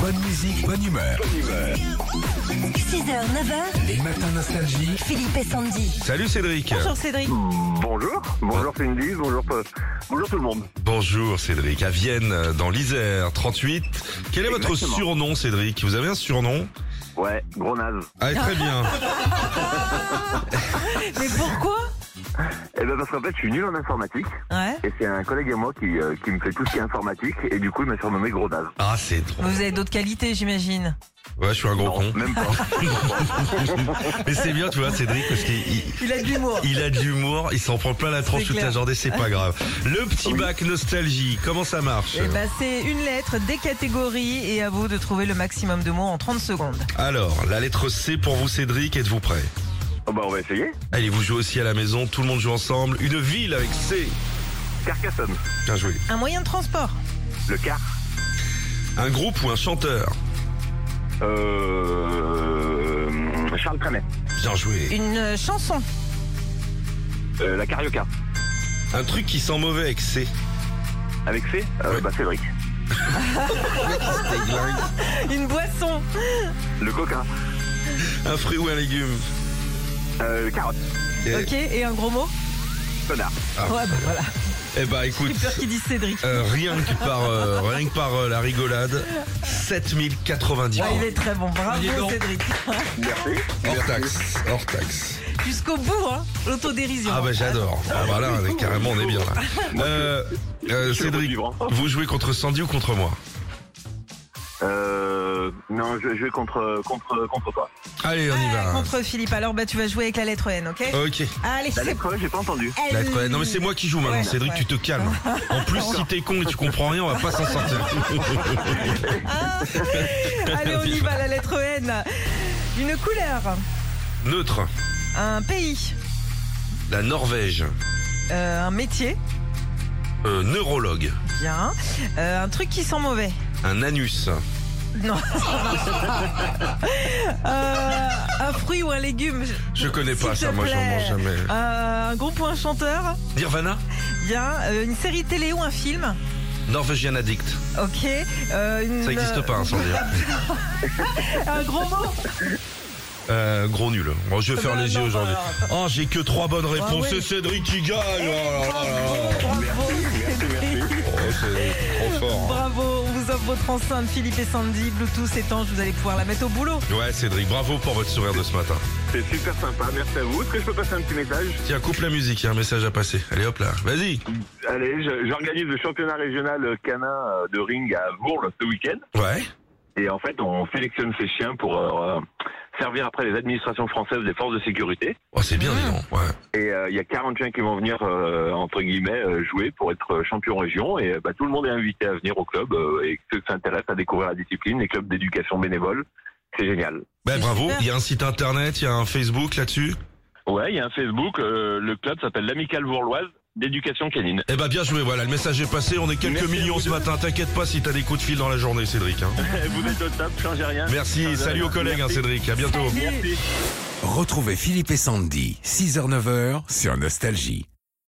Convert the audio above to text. Bonne musique, bonne humeur. 6h, 9h, Les matins nostalgie. Philippe et Sandy. Salut Cédric. Bonjour Cédric. Bonjour, bonjour Cindy, bonjour, euh, bonjour tout le monde. Bonjour Cédric. À Vienne, euh, dans l'Isère, 38. Quel est votre Exactement. surnom Cédric Vous avez un surnom Ouais, gros naze. Ah très bien. Mais pourquoi Eh ben parce qu'en fait, je suis nul en informatique Ouais. et c'est un collègue à moi qui, euh, qui me fait tout ce qui est informatique et du coup, il m'a surnommé gros naze. Ah c'est drôle. Vous avez d'autres qualités, j'imagine. Ouais, je suis un gros con. Non, même pas. Mais c'est bien, tu vois Cédric, parce qu'il il- Il a de l'humour. il a de l'humour, il s'en prend plein la tranche toute la clair. journée, c'est pas grave. Le petit bac nostalgie, comment ça marche Eh ben, c'est une lettre, des catégories, et à vous de trouver le maximum de mots en 30 secondes. Alors, la lettre C pour vous Cédric, êtes-vous prêt Oh, bah, on va essayer. Allez, vous jouez aussi à la maison, tout le monde joue ensemble. Une ville avec C. Carcassonne, Bien joué. Un moyen de transport, le car, Un groupe ou un chanteur. euh, Charles Trenet, Bien joué. une euh, chanson, euh, la carioca. Un truc qui sent mauvais avec C. Avec C, euh, Ouais. bah Cédric, une boisson, le coca, Un fruit ou un légume. euh, carotte, Eh, ok, et un gros mot. connard. Ah. Ouais, bah voilà. Eh bah écoute, J'ai peur qu'ils disent Cédric. euh, rien que par, euh, rien que par euh, la rigolade, 7090 Ah, points. il est très bon, Il est bon. bravo Cédric. Merci. Hors taxe, hors taxe. Jusqu'au bout, hein, l'autodérision. Ah bah j'adore. Ah bah là, on est- carrément on est bien là. Euh, euh, Je suis heureux de Cédric, vivre, hein. vous jouez contre Sandy ou contre moi Euh, non, je, je vais contre, contre, contre toi. Allez, on y Ah, va. contre Philippe, alors bah tu vas jouer avec la lettre N, ok Ok. Allez, La c'est lettre, ouais, j'ai pas entendu. La croix. Non mais c'est moi qui joue maintenant, Ouais, Cédric, ouais. tu te calmes. En plus, si t'es con et tu comprends rien, on va pas s'en sortir. Ah. Allez, on y va, la lettre N. Une couleur, Neutre, un pays, la Norvège, euh, un métier, euh, neurologue, bien, euh, un truc qui sent mauvais. un anus, Non, ça marche pas. Euh, un fruit ou un légume. Je connais pas S'il ça, te moi, j'en plaît. mange jamais. Euh, un groupe ou un chanteur, Nirvana, bien, euh, une série télé ou un film, Norvégien addict. ok. euh, une- Ça n'existe pas, hein, sans dire. Un gros mot. Euh, gros nul. Bon, je vais faire Ben léger non, aujourd'hui. alors. Oh, j'ai que trois bonnes réponses. Ah C'est oui. Cédric qui gagne. Oh là Bravo, là là. bravo. Oh, c'est trop fort. Bravo, on vous offre votre enceinte Philippe et Sandy, Bluetooth étanche, vous allez pouvoir la mettre au boulot. hein. Ouais, Cédric, bravo pour votre sourire de ce matin. C'est super sympa, merci à vous. Est-ce que je peux passer un petit message Tiens, coupe la musique, il y a un message à passer. Allez, hop là. Vas-y. Allez, je- j'organise le championnat régional canin euh, de ring à Bourg ce week-end. Ouais. Et en fait, on sélectionne ces chiens pour euh, servir après les administrations françaises des forces de sécurité. Oh, c'est bien, dis donc. Ouais. Et euh, il y a 40 chiens qui vont venir, euh, entre guillemets, euh, jouer pour être champion région. Et euh, bah, tout le monde est invité à venir au club euh, et ceux qui s'intéressent à découvrir la discipline, les clubs d'éducation bénévole. C'est génial. Bah, C'est bravo. super. Il y a un site internet, il y a un Facebook là-dessus. Ouais, il y a un Facebook, euh, le club s'appelle l'Amicale Bourloise d'éducation canine. Eh bah, bien joué. Voilà, le message est passé. On est quelques Merci à millions vous ce deux. matin. T'inquiète pas si t'as des coups de fil dans la journée, Cédric. hein. Eh, vous êtes au top, changez rien. Merci. Salut aux collègues, hein, Cédric. À bientôt. Retrouvez Philippe et Sandy, 6h-9h sur Nostalgie.